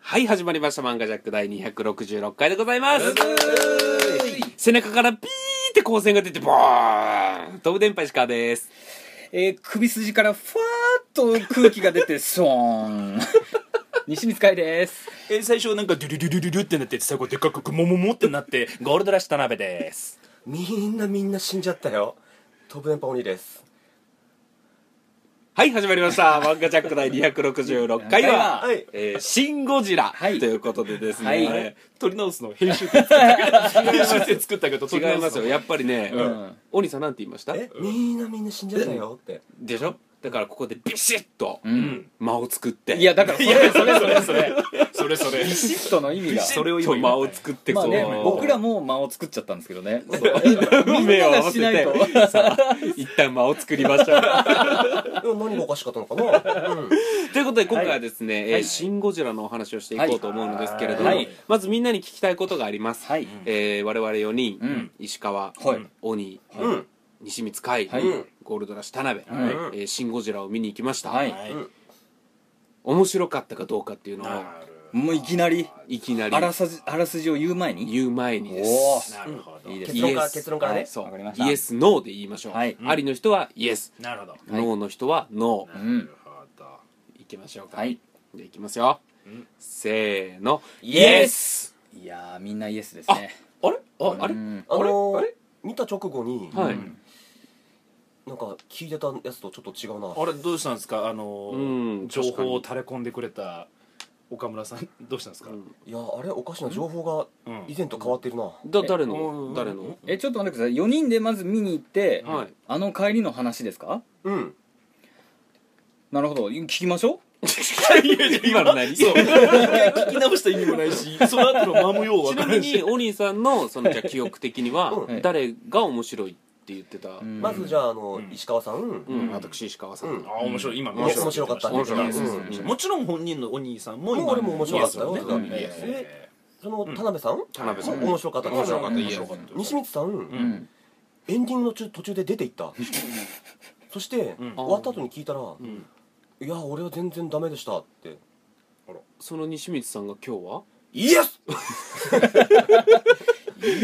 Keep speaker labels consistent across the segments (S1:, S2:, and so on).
S1: はい始まりました「漫画ジャック」第266回でございます背中からピーって光線が出てボーン飛ぶ電波石川です
S2: えー首筋からふわーっと空気が出てショ ーン西光海です
S3: えー最初なんかデュルデュルデュルってなって最後でっかくモモモってなって
S1: ゴールドラッシュ田辺です
S4: みんなみんな死んじゃったよ飛ぶ電波鬼です
S1: はい始まりました「漫画ジャック」第266回は、
S4: はい
S1: えーシン・ゴジラ」と
S2: い
S1: いうことでですね、
S2: はい
S3: 撮り直すの編集で 作ったけど編集で作ったけど撮り
S1: 違い
S3: 直
S1: ます
S3: す
S1: よ
S3: の
S1: やっぱりね、
S2: ん
S1: 鬼さんなんて言いました
S4: えみんなみんな死んじゃったよって
S1: でしょだからここでビシッと
S2: ん
S1: 間を作って、
S2: いやだからそれそれそれそれ
S3: それそれ
S2: ビシッとの意味が
S3: それを
S1: と
S3: 今
S1: 間
S3: 今
S1: を作ってこ
S2: まあ
S1: う、
S2: ね僕らも間を作っちゃったんですけどね
S1: 目を合わせ
S2: みんな がしない
S1: て
S2: と
S1: さあ一旦間を作りましょう
S4: でも何がおかしかったのかな、うん、
S1: ということで今回はですね、えーシン・ゴジラのお話をしていこうと思うのですけれども、
S2: はい
S1: まずみんなに聞きたいことがあります、
S2: はい
S1: えー我々4人、
S2: うん
S1: 石川、
S2: はい
S1: 鬼、
S4: うん
S1: 西光海、
S2: はい
S1: ゴールドラッシュ田辺、
S2: はい
S1: えーシン・ゴジラを見に行きました、
S2: はい
S1: 面白かったかどうかっていうのを
S3: なる
S2: もういきなり
S1: いきなり
S2: あらさじあらすじを言う前に
S1: 言う前にです
S2: お
S3: なるほど
S2: いいです
S4: 結論から結論からね
S1: そう
S2: わかりました
S1: イエスノーで言いましょう、
S2: はい
S1: ありの人はイエス、
S3: なるほど
S1: ノーの人はノ
S2: う
S1: ー、
S2: ん
S1: いきましょうか、
S2: はい
S1: でいきますよ、せーの
S2: イエスいやーみんなイエスですね
S1: あれああれ、
S2: うん
S4: あのー
S1: あれ
S4: 見た直後に、
S1: はい、
S4: なんか聞いてたやつとちょっと違うな
S3: あれどうしたんですかあのー
S1: うん
S3: 情報を垂れ込んでくれた岡村さん どうしたんですか
S1: ん
S4: いやあれおかしな情報
S3: う
S4: が
S3: ん
S4: 以前と変わってるな、
S1: だ
S2: え
S1: 誰
S3: う
S1: の
S3: ん
S1: 誰 の
S2: えちょっと待ってください4人でまず見に行って
S1: はい
S2: あの帰りの話ですか
S4: うん
S2: なるほど聞きましょう
S1: 今の何
S3: そう聞き直した意味もない しその後の間もよう
S1: ち
S3: 分か
S1: な
S3: ら
S1: み
S3: んし
S1: にお兄さんのその じゃあ記憶的には
S4: うん
S1: 誰が面白いって言ってた、
S2: うん
S4: まずじゃああの、
S3: うん
S4: 石川さん、
S1: う
S4: も
S1: ん、私石川さん、
S4: うん
S3: あー面白い今
S4: 面白い面白かった
S1: 面白い
S4: うん
S1: 面白い
S3: もちろん本人のお兄さんも
S4: う俺も面白かったよ、
S3: イエス
S4: う
S3: だね
S4: ん
S3: イエス
S4: でその田辺さん、
S1: 田辺さん
S4: も面白かった
S1: 面白かった
S4: うん
S1: イエス
S4: 西光さん、
S2: うん
S4: エンディングの途中で出ていったそして、
S3: うん
S4: 終わった後に聞いたら、
S3: ん
S4: いや俺は全然ダメでしたって
S1: その西光さんが今日は
S4: イエス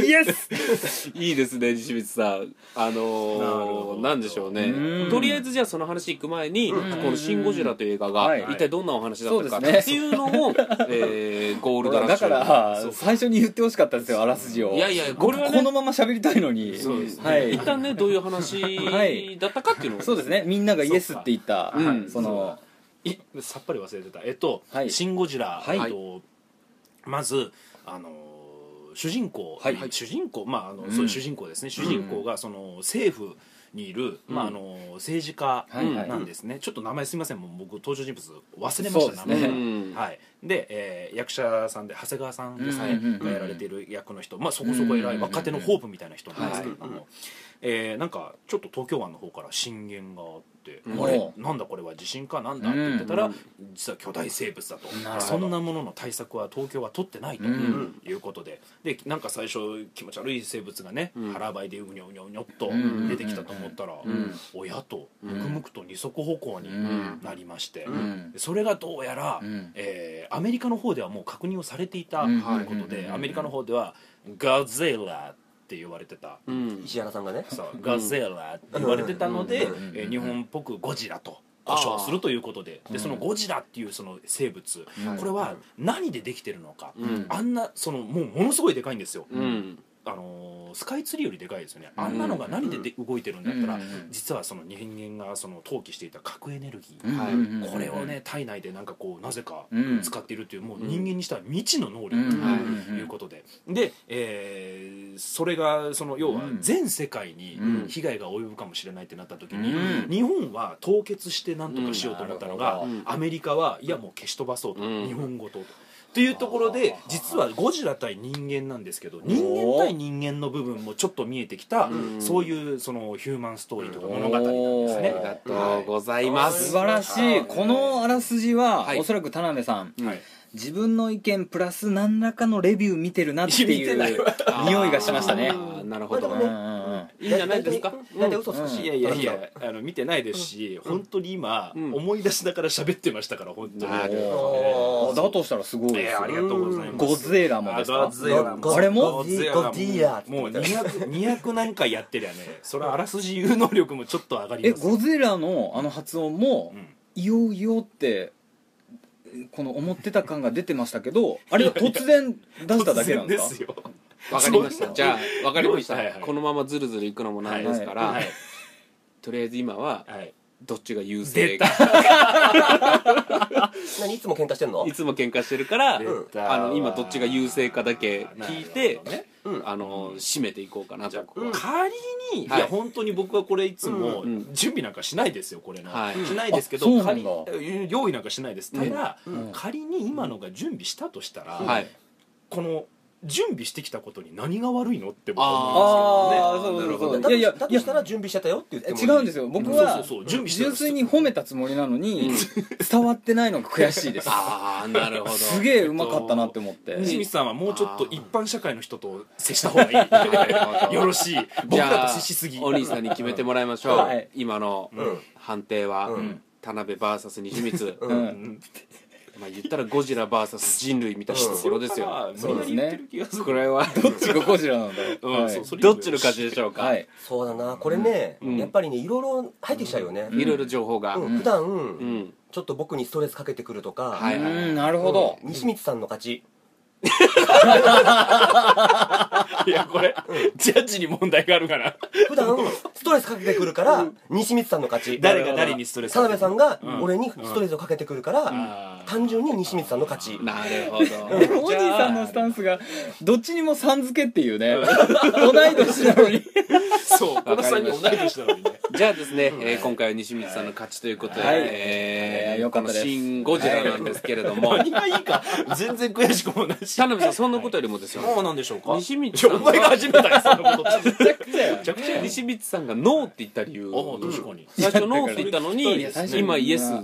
S2: イエス
S1: いいですね西光さんあ
S3: なるほ
S1: のー、
S3: ど
S1: なんでしょうね
S2: うん
S1: とりあえずじゃあその話行く前に、
S2: うん
S1: この「シン・ゴジラ」という映画が
S2: はい
S1: 一体どんなお話だったか
S2: そうですね
S1: っていうのを、えー、ゴールドラッ
S2: だ
S1: シュ
S2: から
S1: そう
S2: 最初に言ってほしかったんですよあらすじを
S1: いやいやこ
S2: こ
S1: れ
S2: れ
S1: は
S2: は、
S1: ね
S2: このまま喋りたいのに
S1: そうですね、
S2: はい
S1: 一旦ねどういう
S2: はい
S1: 話だったかっていうのを
S2: そうですねみんながイエスって言った
S1: そうかうん
S2: その
S3: いさっぱり忘れてたえっと「
S2: はい
S3: シン・ゴジラ」
S2: はい
S3: えっとまずあのー主人公、
S2: はい
S3: 主人公まああの、
S2: うん
S3: そう主人公ですね主人公がその政府にいる、まあ、あのー政治家
S2: はいはい
S3: なんですね、ちょっと名前すみませんもう僕登場人物忘れました
S2: そうですね
S3: 名前
S1: うん
S3: はい、で、えー役者さんで長谷川さんでさえ
S2: うんうんうんうん
S3: がやられている役の人、まあ、そこそこ偉い若手のホープみたいな人なんですけれども、えーなんかちょっと東京湾の方から震源があっ
S1: うん
S3: て、あれ
S2: お
S3: なんだこれは地震かなんだって言ってたら、
S1: うん
S3: 実は巨大生物だと
S2: なるほど
S3: そんなものの対策は東京は取ってないと
S2: うん
S3: いうことで,、でなんか最初気持ち悪い生物がね、
S1: ん
S3: 腹ばいでうにょうにょうにょっと
S2: ん
S3: 出てきたと思ったら、
S1: ん
S3: 親とむくむくと二足歩行になりまして、
S2: ん
S3: それがどうやら、
S2: うん
S3: えーアメリカの方ではもう確認をされていたと
S2: うん
S3: いうことで、
S2: はい
S3: アメリカの方では「ガゼラ」って言われてた。
S1: うん
S4: 石原さんがね
S3: そうガゼラって言われてたので、
S4: うん
S3: えー日本っぽくゴジラと呼称するということででそのゴジラっていうその生物、これは何でできてるのか、
S1: ん
S3: あんなそのもうものすごいでかいんですよ、
S1: うん
S3: あのースカイツリーよりでかいですよねあんなのが何でで動いてるんだったら、
S2: うんうん
S3: 実はその人間がその投棄していた核エネルギー、
S1: はい
S2: うん
S3: これをね体内でなんかこうなぜか
S2: うん
S3: 使っているというもう人間にしたら未知の能力
S2: うん
S1: はい
S3: ということでで、えーそれがその要は
S2: うん
S3: 全世界に
S2: うん
S3: 被害が及ぶかもしれないってなった時
S2: うん
S3: に日本は凍結して何とかしようと思ったのが
S2: うん
S1: なるほど
S3: アメリカはいやもう消し飛ばそうと
S1: うん
S3: 日本語と。というところで実はゴジラ対人間なんですけど人間対人間の部分もちょっと見えてきた
S1: うん
S3: そういうそのヒューマンストーリーとか物語なんですね。
S2: おーありが
S1: ありがとうございま
S2: 素
S1: す、
S2: 晴らしいこのあらすじは、
S1: はい
S2: おそらく田辺さん
S3: はい
S2: 自分の意見プラス何らかのレビュー見てるなっていう
S3: 見てないわ
S2: 匂いがしましたね
S1: あーなるほど
S4: まあ
S2: うんうんうん
S1: いいんじゃないですか
S4: 大体嘘つくし、
S2: うん
S4: いやい
S3: いや
S4: や
S3: い
S4: いや
S3: やあの見てないですし、本当に今、
S1: うん
S3: 思い出しながら喋ってましたから本当に
S1: なるほ
S2: あだとしたらすごい
S3: え
S2: です
S3: ーあ
S2: よ
S3: りがとうございます
S2: ゴゼーラもですか
S3: あゴゼーラ
S2: あれも
S4: ゴディゴディア
S3: もう200 200何回やってりゃねそれはあらすじ言う能力もちょっと上がり
S2: え
S3: ます
S2: ゴゼラのあの発音も
S3: うん
S2: 「いよいよ」ってこの思ってた感が出てましたけどあれは突然出しただけなんですか
S3: 突然よ
S1: わかりましたじゃあわかりました、
S3: はいはい
S1: このままずるずるいくのもなんですから、
S3: はい
S1: とりあえず今は
S3: はい
S1: どっちが優勢
S3: 出
S1: か
S3: た
S4: 何いつも喧嘩してんの
S1: いつも喧嘩してるから
S4: ん
S1: あの今どっちが優勢かだけ聞い
S3: なる
S1: て
S3: ほどね
S4: うん
S1: あの締めていこうかなと
S4: うん
S3: 仮に、
S1: はい
S3: い、や本当に僕はこれいつも
S1: うんうん
S3: 準備なんかしないですよこれの、
S1: はい
S3: しないですけ
S2: あ
S3: ど
S2: そうなん
S3: 仮
S2: だ
S3: に用意なんかしないですただ、
S2: うん
S3: 仮に今のが準備したとしたら、
S1: はい
S3: この準備してきたことに何が悪いのって僕
S2: あ
S3: は
S2: あ
S3: 思
S2: そうそ
S3: んですけど
S2: うそ
S3: ね
S2: う
S4: だと
S2: いやいや
S4: だとしたら準備してたよって言ってもいい
S2: 違うんですよ僕は
S3: そうそうそう準備してる
S2: 純粋に褒めたつもりなのに伝わってないのが悔しいです
S1: ああなるほど
S2: すげえうまかったなって思って
S3: 清水さんはもうちょっと一般社会の人と接した方がいい よろしい僕
S1: じゃ
S3: だ
S1: あ
S3: と接しすぎ
S1: お兄さんに決めてもらいましょう、
S2: はい
S1: 今の
S4: ん
S1: 判定は、
S4: うん
S1: 田辺 VS 西光、
S4: う
S2: うんん
S1: まあ言ったらゴジラ VS 人類みたいなところですよ、
S3: そうですねる気がする
S1: これは
S2: どっちがゴジラなんだろう
S3: うん
S2: はい
S3: そうそれ
S1: どっちの勝ちでしょうか、、
S2: はいい
S4: そうだなこれね、
S1: うん
S4: やっぱりねいろいろ入ってきちゃうよね、
S1: ろいろ情報が、
S4: うん
S1: う
S4: 普段、
S1: ん
S4: ちょっと僕にストレスかけてくるとか、
S1: は
S2: う
S1: いはい
S2: んなるほど
S4: うん西光さんの勝ち
S3: いやこれジャッジに問題があるから
S4: 普段ストレスかけてくるから、西光さんの勝ち
S3: 誰が誰にストレス
S4: 田辺さんが
S3: うん
S4: 俺にストレスをかけてくるから、
S3: うん
S4: 単純に西光さんの勝ち、
S1: なるほど
S2: でもお兄さんのスタンスがどっちにもさん付けっていうね 同い年なのに
S3: そう
S1: かりま
S3: 小田
S1: した
S3: さんに同い年なのにね
S1: じゃあですね、えー今回は西光さんの勝ちということで、
S2: はい
S1: え
S2: はい
S1: ー
S2: よ
S1: こ
S2: かっ
S1: の
S2: たです
S1: 新ゴジラなんですけれども、
S3: 何がいいか全然悔しくもないし
S1: 田辺さんそんなことよりもですよ、
S3: そうなんでしょうか
S1: 西光
S3: い
S1: さん
S3: やお前が始めたよそんなことめちゃくちゃや
S1: 西光さんがノーって言った理由
S3: ああ確かに
S1: 最初ノーって言ったの
S2: い
S1: に
S2: や最初に
S1: 今イエスに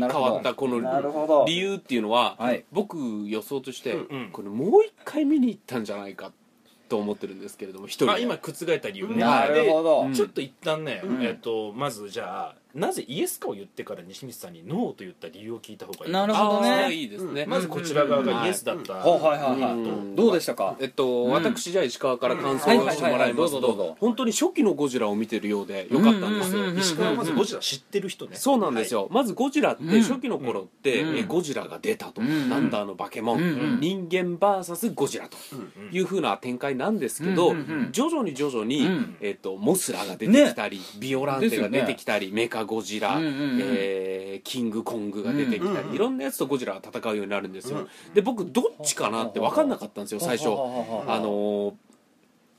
S1: 変わったこ
S2: なるほ
S1: の
S2: ど
S1: 理由っていうのは
S2: はい
S1: 僕予想として
S3: うん
S1: これもう一回見に行ったんじゃないかと思ってるんですけれども一人
S3: あ
S1: で
S3: 今覆った理由ね
S2: なるほど
S3: で
S1: うん
S3: ちょっと一旦ね、えっとまずじゃあなぜイエスかを言ってから西光さんにノーと言った理由を聞いた方がいい
S2: なる
S1: あ
S2: ほどね
S1: それはいいですね
S3: まずこちら側がイエスだった、
S2: はいはいはい
S1: うん
S2: はいどうでしたか
S1: えっと、私じゃあ石川から感想をしてもらいます
S2: はいはいはいはいどうぞどう
S1: と
S2: ぞ
S1: 本当に初期のゴジラを見てるようでよかったんですよ
S2: うんうんうんうん
S3: 石川はまずゴジラ知ってる人ね
S1: そうなんですよ、まずゴジラって
S2: うん
S1: 初期の頃って、
S2: うん
S1: えゴジラが出たと、
S2: うん
S1: なんだあの化け物、
S2: うんうん
S1: 人間 VS ゴジラと
S3: うん
S1: いうふうな展開なんですけど、
S2: うんうんうん
S1: 徐々に徐々に、
S2: うん
S1: えっとモスラが出てきたり、ビオランテが出てきたり、メカゴジラ、
S2: うんうんうん
S1: えーキングコングが出てきたり、
S4: うん
S1: いろんなやつとゴジラが戦うようになるんですよ、で僕どっちかなって分かんなかったんですよ最初。あのー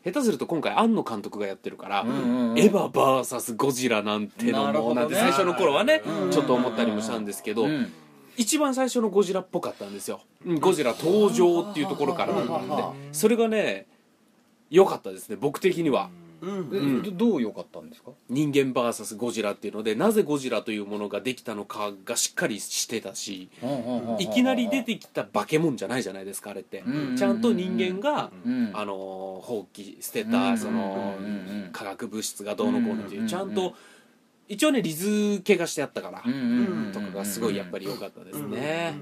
S1: 下手すると今回庵野監督がやってるから、
S2: うんうんうん
S1: エヴァ VS ゴジラなんての
S2: なる
S1: もう
S2: ほどね
S1: なんて最初の頃はね、
S2: うんうんうん
S1: ちょっと思ったりもしたんですけど、
S2: うん
S1: 一番最初のゴジラっぽかったんですよ、うんゴジラ登場っていうところからだったんでそれがね良かったですね僕的には
S4: うん
S1: ん
S2: えどどう良かったんですか
S1: 人間 VS ゴジラっていうのでなぜゴジラというものができたのかがしっかりしてたしいきなり出てきた化け物じゃないじゃないですかあれって、
S2: うんうんうん
S1: ちゃんと人間が、
S2: うん
S1: あのー放棄捨てた、
S2: うん
S1: その、
S2: うんうんうん
S1: 化学物質がどうのこうのっ
S2: うん
S1: ていう、
S2: うんうん
S1: ちゃんと一応ね理付けがしてあったから、
S2: うんうんうんうん
S1: とかがすごいやっぱり良かったですね、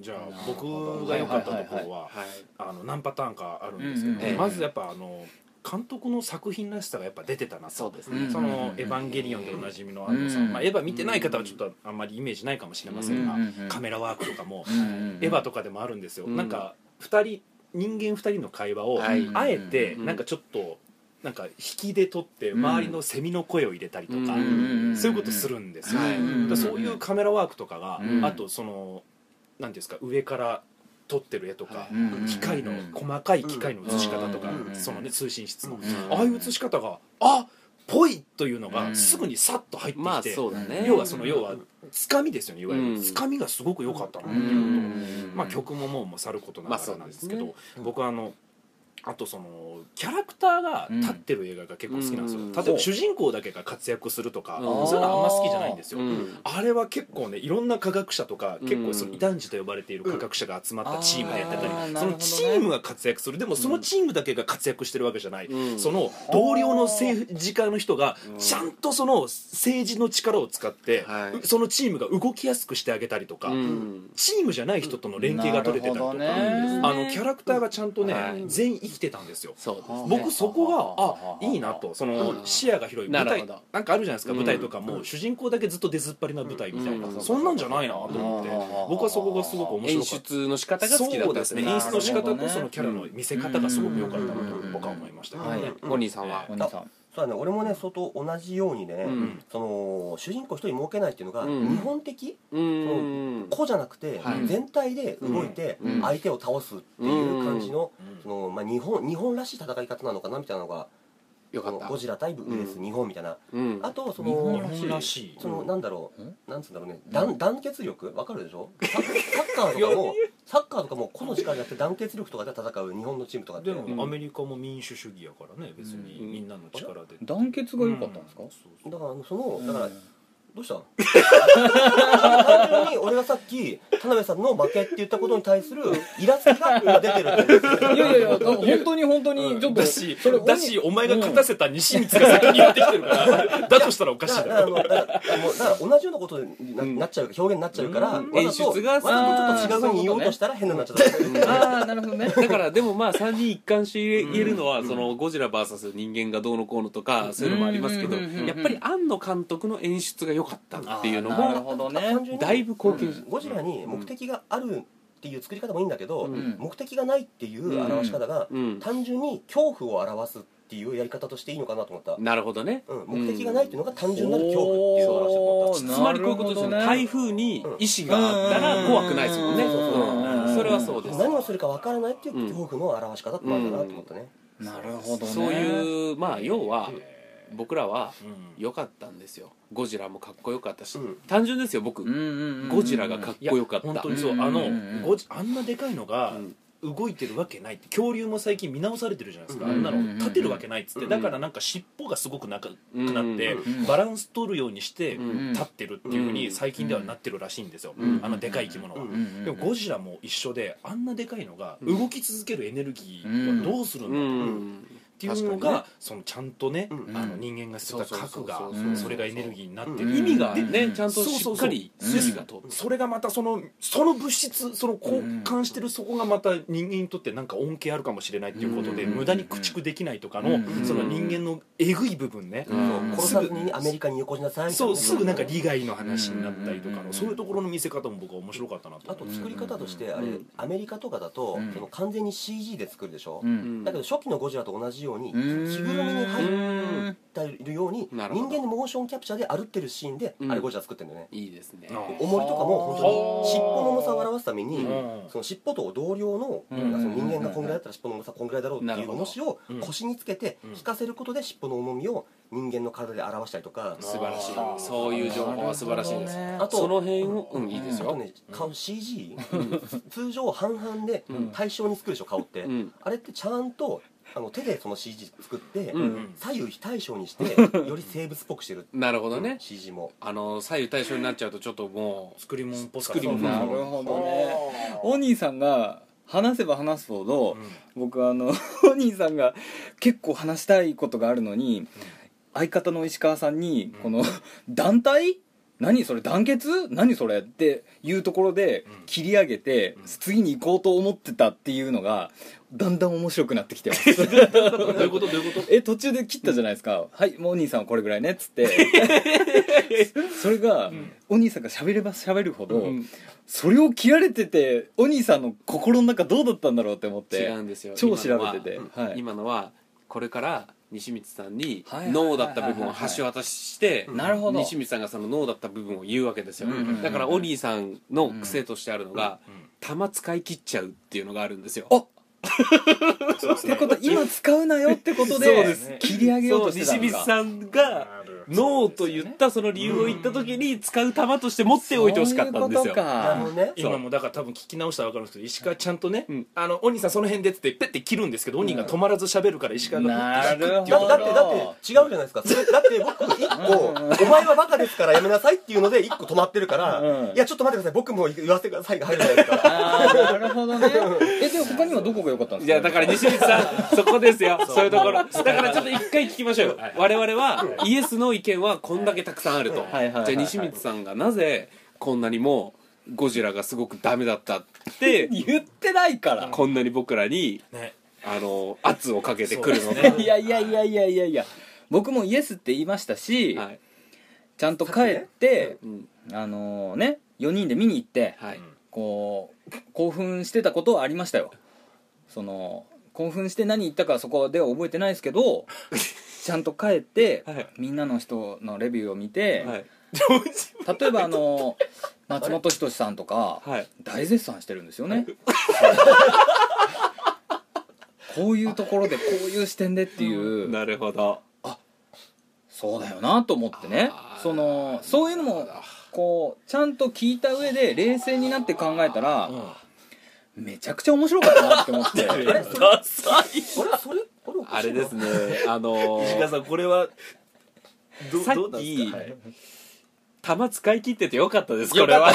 S3: じゃあ僕が良かったところは
S1: はい
S3: あの何パターンかあるんですけど、
S2: うん
S1: うんうん
S3: まずやっぱあの監督の作品らしさがやっぱ出てたなと
S1: そうです
S2: ね
S3: そ
S2: うんうん
S3: の
S2: う
S3: 「
S2: ん
S3: エヴァンゲリオン」でおなじみの安藤さん、
S2: うん
S3: まあ、エヴァ見てない方はちょっとあんまりイメージないかもしれませんが、
S2: うんうんうん
S3: カメラワークとかも、
S2: うんうんうん
S3: エヴァとかでもあるんですよ、
S1: うん
S3: なんか二人人間2人の会話を、
S1: はい
S3: あえて
S1: うん
S3: なんかちょっとなんか引きで撮って
S2: うん
S3: 周りのセミの声を入れたりとか、
S1: うん
S3: そういうことするんですよ、
S1: はい
S3: だからそういうカメラワークとかが、
S2: うん
S3: あとその何ていうんですか上から撮ってる絵とか、
S2: うん
S3: 機械の細かい機械の映し方とか、
S2: うん
S3: そのね通信室の、
S1: ん
S3: ああいう映し方があぽいというの
S2: う
S3: が
S2: ん
S3: すぐにさっと入ってきて、
S1: まあそうだね
S3: 要はその要はつかみですよねいわゆ
S1: うん
S3: るつかみがすごく良かったなっていううのと、
S2: ん
S3: まあ、曲ももうもうさることながらなんですけど、
S1: まあそう
S3: 僕はあのあとそのキャラクターが立ってる映画が結構好きなんですよ、
S1: うん
S3: 例えば主人公だけが活躍するとか、
S1: うん
S3: そういうのあんま好きじゃないんですよ、
S1: うん
S3: あれは結構ねいろんな科学者とか結構その異端児と呼ばれている科学者が集まったチームでやってたり、
S2: うんあーな
S3: そ
S2: るほどね
S3: のチームが活躍するでもそのチームだけが活躍してるわけじゃない、
S1: うん
S3: その同僚の政治家の人がちゃんとその政治の力を使って、
S1: はい
S3: そのチームが動きやすくしてあげたりとか、
S1: うん
S3: チームじゃない人との連携が取れてたりとか、
S2: なるほどね
S3: あのキャラクターがちゃんとね、
S1: はい
S3: 全員生きてたんですよ
S1: そうですね
S3: 僕そこがあ
S2: はあ
S3: いいなとそ
S1: うん
S3: の視野が広い
S1: な
S3: 舞
S1: るほ
S3: 台
S1: ど
S3: なんかあるじゃないですか
S1: うん
S3: 舞台とかも主人公だけずっと出ずっぱりな舞台みたい
S1: うん
S3: なそんなんじゃないなと思って
S2: うん
S3: 僕はそこがすごく面白
S1: 演
S3: かった
S1: 出の仕方が好きだった
S3: そ
S1: ん
S3: う
S1: で
S3: ですす
S1: ね
S3: ね
S2: なる
S3: 演
S2: ほ
S3: 出
S2: ど
S3: の
S2: ね
S3: 仕方とそのキャラの見せ方がすごく良かったなと僕は思いましたけど
S4: うんうん
S3: ね
S4: うん
S1: ポニーさんは
S2: お兄さん
S4: そうだね俺もね相当同じようにね、
S1: うん
S4: その主人公一人儲けないっていうのが、
S1: うん
S4: 日本的
S1: うん
S4: 子じゃなくて、
S1: はい
S4: 全体で動いて
S1: うん
S4: 相手を倒すっていう感じの,、
S3: うん
S4: そのまあ、日本日本らしい戦い方なのかなみたいなのが
S1: よかっ
S4: そ
S1: た
S4: のゴジラ対 VS、
S1: うん
S4: 日本みたいな
S1: うん
S4: あとそ
S2: 日
S3: 日
S4: の
S3: 本らしい
S4: そのなんだろう、
S2: うん
S4: なんつうんだろうね団団結力わかるでしょサッサッカーとかもサッカーとかも個の力じゃなくて団結力とかで戦う日本のチームとかって
S3: で
S1: うん
S3: もアメリカも民主主義やからね別に
S1: うん
S3: みんなの力で
S2: 団結が良かったんですか
S3: うそうそう
S4: だからあのそのだから、
S2: うん
S4: どうした 単純に俺がさっき田辺さんの負けって言ったことに対するイラつきが出てるっていう
S2: いやいやいや、本当に本当に、ちょっと、
S3: だし
S2: それ
S3: だしお前が勝たせた西光が先にやってきてるからだとしたらおかしい
S4: だか
S3: だ
S4: らあ
S3: ろ
S4: のだからもうだから同じようなことにな,、
S1: うん
S4: っちゃう表現になっちゃうから、
S3: う
S4: わ
S3: ん
S4: ざと
S1: 演出が
S4: わざとちょっと違うふうに言おうとしたら変なになっちゃった、
S2: うんああ、なるほどね。
S1: だからでも まあ3人一貫して言えるのはそのゴジラ VS 人間がどうのこうのとかそういうのもありますけど
S2: うんうんうんうんうん
S1: やっぱり庵野監督の演出が良かったっていうの
S2: なる
S1: も
S2: ほどね。
S1: だいぶ貢献し
S4: ゴジラに目的があるっていう作り方もいいんだけど、
S1: うん
S4: 目的がないっていう表し方が、
S1: うん
S4: 単純に恐怖を表すっていうやり方としていいのかなと思った、
S1: なるほどね
S4: うん、目的がないっていうのが単純なる恐怖っていう表し
S2: お
S4: 方
S2: ー
S1: つまりこういうことですよね
S2: なるほどね
S1: 台風に意志があったら怖くないですもんね
S2: うん
S4: うん
S1: うんそれはそうです
S4: 何をするかわからないっていう恐怖の表し方ってなんだなと思ったね、
S2: なるほどね。
S1: そう
S2: う。
S1: いうまあ要は僕らは
S3: うん
S1: 良かったんですよゴジラもかっこよかったし
S4: うん
S1: 単純ですよ僕
S2: うんうんうん。
S1: ゴジラがかっ
S3: いや
S1: こよかった
S3: 本当にそう
S2: うん
S3: あ
S2: う
S3: の
S2: んうん
S3: ゴジあんなでかいのが動いてるわけないって恐竜も最近見直されてるじゃないですかあんな
S2: うんうんうん
S3: の立てるわけないっつっ
S4: う
S3: て
S4: ん
S3: だからなんか尻尾がすごく長くなって
S1: うん
S2: うん
S3: バランス取るようにして
S1: うん
S3: 立ってるっていうふう
S1: う
S3: に
S1: ん
S3: 最近ではなってるらしいんですよ
S1: うん
S3: あのでかい生き物は
S4: うん
S3: でもゴジラも一緒であんなでかいのが動き続けるエネルギーはどうするんだろう
S1: うん
S3: っていう
S1: 確
S3: の
S1: かにね
S3: がそのちゃんとね
S4: うん
S3: あの人間が捨てた核が
S1: そう
S2: そうそうそう
S3: それがエネルギーになって
S4: うん
S3: る意味が
S1: ね
S2: うん
S1: ねちゃんとしっかり
S2: そうそうそう
S1: 筋が通って
S3: それがまたそのその物質その交換してるそこがまた人間にとってなんか恩恵あるかもしれないっていうことで
S1: うん
S3: 無駄に駆逐できないとか
S2: う
S3: の
S2: ん
S3: その人間のえぐい部分ね
S1: うん
S4: 殺さずにアメリカによこしなさいみたい
S3: そ
S4: な
S3: うすぐなんか利害の話になったりとか
S2: うん
S3: のそういうところの見せ方も僕は面白かったなと
S4: あと作り方としてあれ
S1: うん
S4: アメリカとかだと
S2: うん
S4: その完全に CG で作るでしょ
S2: うん。
S4: だけど初期のゴジラと同じように
S2: う
S4: 着ぐる
S2: ん
S4: みに入っ
S2: うん
S4: ているように人
S1: な
S4: 間
S1: るほど
S4: のモーションキャプチャーで歩ってるシーンで
S1: うん
S4: あれゴジラ作ってるんだよね
S1: いいですね
S3: う
S4: 重りとかも本当
S2: はあ
S4: に尻尾の重さを表すために
S3: うん
S4: その尻尾と同量の
S2: う
S4: そ
S2: ん
S4: の人間がこんぐらいだったら尻尾の重さこんぐらいだろうって
S1: なる
S4: いう
S1: ほど
S4: 重しを
S3: うん
S4: 腰につけて
S3: うん
S4: 引かせることで尻尾の重みを人間の体で表したりとか
S1: 素晴らしい
S3: あー
S1: そういう情報は素晴らしいです
S2: なるほどね
S4: あと
S1: その辺をうんいいです
S4: あと
S1: よ
S4: ね顔 CG 通常半々で対象に作るでしょ顔って
S1: うん
S4: あれってちゃんとあの手でその CG 作って、
S1: うん
S4: 左右非対称 にしてより生物っぽくしてる
S1: なるほどね
S4: CG も
S1: あの左右対称になっちゃうとちょっとも
S3: 作り物っぽさ
S1: 作り物
S2: なるほどね。お兄さんが話せば話すほど、僕あのお兄さんが結構話したいことがあるのに、相方の石川さんに
S3: うん
S2: この、団体何それ団結何それっていうところで
S3: うん
S2: 切り上げて、
S3: うん
S2: 次に行こうと思ってたっていうのがだんだん面白くなってきてます
S3: どういうことどういうこと
S2: え途中で切ったじゃないですか「はいもうお兄さんはこれぐらいね」っつって それが、お兄さんが喋れば喋るほ
S1: う
S2: ど、
S1: うん
S2: それを切られててお兄さんの心の中どうだったんだろうって思って
S1: 違うんですよ
S2: 超調べてて
S1: 今のは
S2: はい
S1: 今のはこれから西光さんに
S2: はいはいはいはい
S1: 脳だった部分を橋渡しして
S2: なるほど
S1: 西光さんがその脳だった部分を言うわけですよ
S2: うんうんうん
S1: だからオニーさんの癖としてあるのが
S3: うん
S1: 玉使い切っちゃうっていうのがあるんですよ
S2: あってこと今使うなよってことで
S1: そうです
S2: 切り上げようと
S1: そう
S2: してた
S1: 西
S2: の
S1: 光
S2: か
S1: さんがノーと言ったその理由を言った時に使う球として持っておいてほしかったんですよ
S2: そういうこと
S4: なる
S2: か
S4: ほどね
S3: 今もだから多分聞き直したら分かるんですけど石川ちゃんとね
S1: うん
S3: 「あの鬼さんその辺で」っつってペッて切るんですけど鬼が止まらず喋るから石川
S2: な
S3: が
S2: るほ
S4: だ
S2: ど
S4: だってだって違うじゃないですかそれだって僕1個「お前はバカですからやめなさい」っていうので1個止まってるから
S2: うん
S4: 「いやちょっと待ってください僕も言わせてください」が入るじゃないで すか
S2: あーなるほど ねえで他にはどこが良かったんです
S1: い
S2: か
S1: やだから西光さんそこですよそういうと ころだからちょっと一回聞きましょうよ我々はイエスの意見はこんだけたくさんあると
S2: はいはいはい
S1: じゃあ西光さんがなぜこんなにもゴジラがすごくダメだったって
S2: 言ってないから
S1: こんなに僕らに
S3: ね
S1: あの圧をかけてくるの
S3: そうです
S1: か
S3: ね
S2: いやいやいやいやいやいや僕もイエスって言いましたし、
S1: はい
S2: ちゃんと帰って、
S1: うん
S2: あのね4人で見に行って、
S1: はい
S2: こう興奮してたことはありましたよその興奮して何言ったかそこでは覚えてないですけ どちゃんと帰って、
S1: はい
S2: みんなの人のレビューを見て、
S1: はい
S2: 例えばあの 松本人志さんとか、
S1: はい
S2: 大絶賛してるんですよね こういうところでこういう視点でっていう
S1: なるほど
S2: そうだよなと思ってね
S1: あー
S2: そのそういうのもこうちゃんと聞いた上で冷静になって考えたら、めちゃくちゃ面白かったなって思って
S3: ダサい
S4: それそれこれおか
S1: あ
S4: しい
S1: れで
S4: な
S1: すねあの
S3: 石川さんこれはど
S1: さ
S3: どう
S1: っ
S3: なんで
S1: き
S3: すかはい
S1: 弾使い切っててよかったですこれは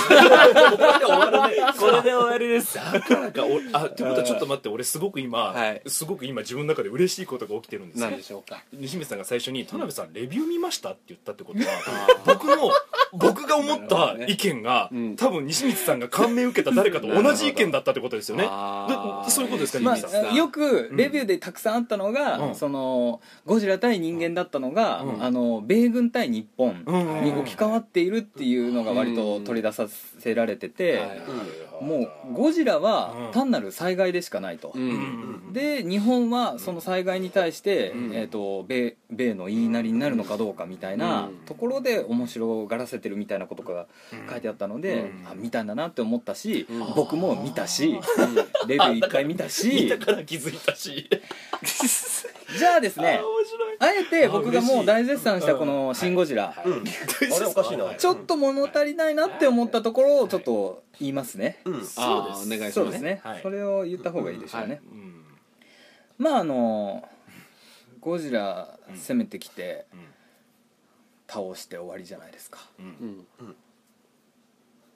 S1: これで終わりです
S3: だからかおあってことはちょっと待って俺すごく今、
S1: はい
S3: すごく今自分の中で嬉しいことが起きてるんですよ
S1: 何でしょうか
S3: 西光さんが最初に「田辺さんレビュー見ました?」って言ったってことは 僕の僕が思った意見が、
S1: うん
S3: 多分西光さんが感銘受けた誰かと同じ意見だったってことですよね
S1: あー
S3: でそういうことですか
S2: ま
S3: 西光さん、
S1: さ
S2: あ、よくレビューでたくさんあったのが、
S3: うん
S2: そのゴジラ対人間だったのが、
S3: うん
S2: あの米軍対日本
S3: うん
S2: に置き換わっているっていうのが割と取り出させられてて、
S1: はい
S2: もうゴジラ
S3: うん
S2: は単なる災害でしかないと。
S1: うん
S3: うん
S2: で日本はその災害に対して、
S1: うん
S2: えー、と米米の言いなりになるのかどうかみたいな
S1: うん
S2: ところで面白がらせてるみたいなことが書いてあったので、
S3: うん
S2: あ見たんだなって思ったし、
S1: うん
S2: 僕も見たしレビュー一回見た
S3: 見
S2: した
S3: から気づいたし
S2: じゃあです
S3: あー
S2: ね
S3: 面白い
S2: あえて僕がもう大絶賛したこ
S3: う
S2: の「シン・ゴジラ」
S4: うん あれおかしいな
S2: ちょっと物足りないなって思ったところをちょっと言いますね、
S4: うん
S1: あーお願いします
S2: そうですね、
S3: はい
S2: それを言った方がいいでしょうね、
S1: はい
S3: うん
S2: まああのゴジラ攻めてきて
S3: うん
S2: 倒して終わりじゃないですか
S3: うん
S1: うん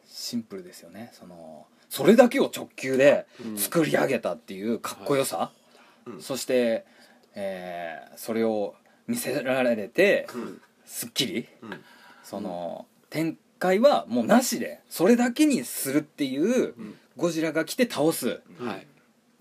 S2: シンプルですよねそのそれだけを直球で作り上げたっていうかっこよさ、
S4: いうん
S2: そして、えーそれを見せられて
S4: うん
S2: すっきり
S4: うん
S2: その展開はもうなしでそれだけにするっていう
S1: うん
S2: ゴジラが来て倒す
S1: はい